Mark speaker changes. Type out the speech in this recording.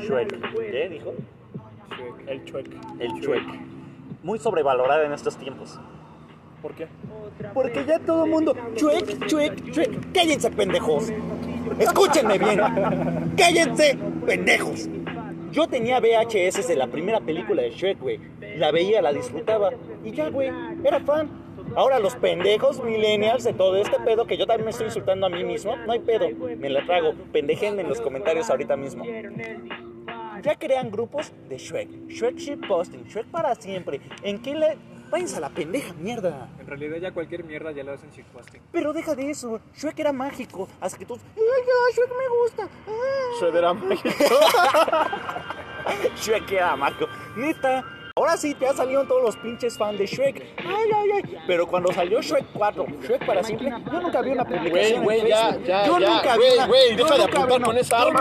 Speaker 1: Shrek. ¿Qué dijo?
Speaker 2: El chuec.
Speaker 1: El Shrek. Muy sobrevalorada en estos tiempos.
Speaker 2: ¿Por qué?
Speaker 1: Porque ya todo el mundo. Chuec, chuec, chuec. Cállense, pendejos. Escúchenme bien. Cállense, pendejos. Yo tenía VHS de la primera película de Shrek, güey. La veía, la disfrutaba. Y ya, güey, era fan. Ahora los pendejos millennials de todo este pedo que yo también me estoy insultando a mí mismo, no hay pedo, me la trago. Pendejenme en los comentarios ahorita mismo. Ya crean grupos de Shrek, Shrek Shitposting, Shrek para siempre. ¿En qué le.? Váyanse a la pendeja mierda.
Speaker 2: En realidad ya cualquier mierda ya la hacen shitposting.
Speaker 1: Pero deja de eso, Shrek era mágico. Así que todos, ¡ay, ya, Shrek me gusta! ¡Ah!
Speaker 3: Shrek era mágico.
Speaker 1: Shrek era mágico. Neta, ahora sí te salieron todos los pinches fans de Shrek. ¡Ay, ay, ay! Pero cuando salió Shrek 4, Shrek para siempre, yo nunca vi una
Speaker 3: Güey,
Speaker 1: publicación. en
Speaker 3: güey, ya,
Speaker 1: Facebook.
Speaker 3: ya,
Speaker 1: Yo
Speaker 3: ya.
Speaker 1: nunca vi
Speaker 3: Güey,
Speaker 1: una-
Speaker 3: güey,
Speaker 1: yo
Speaker 3: deja de
Speaker 1: nunca vi
Speaker 3: apuntar
Speaker 1: una-
Speaker 3: con esa
Speaker 1: yo
Speaker 3: arma,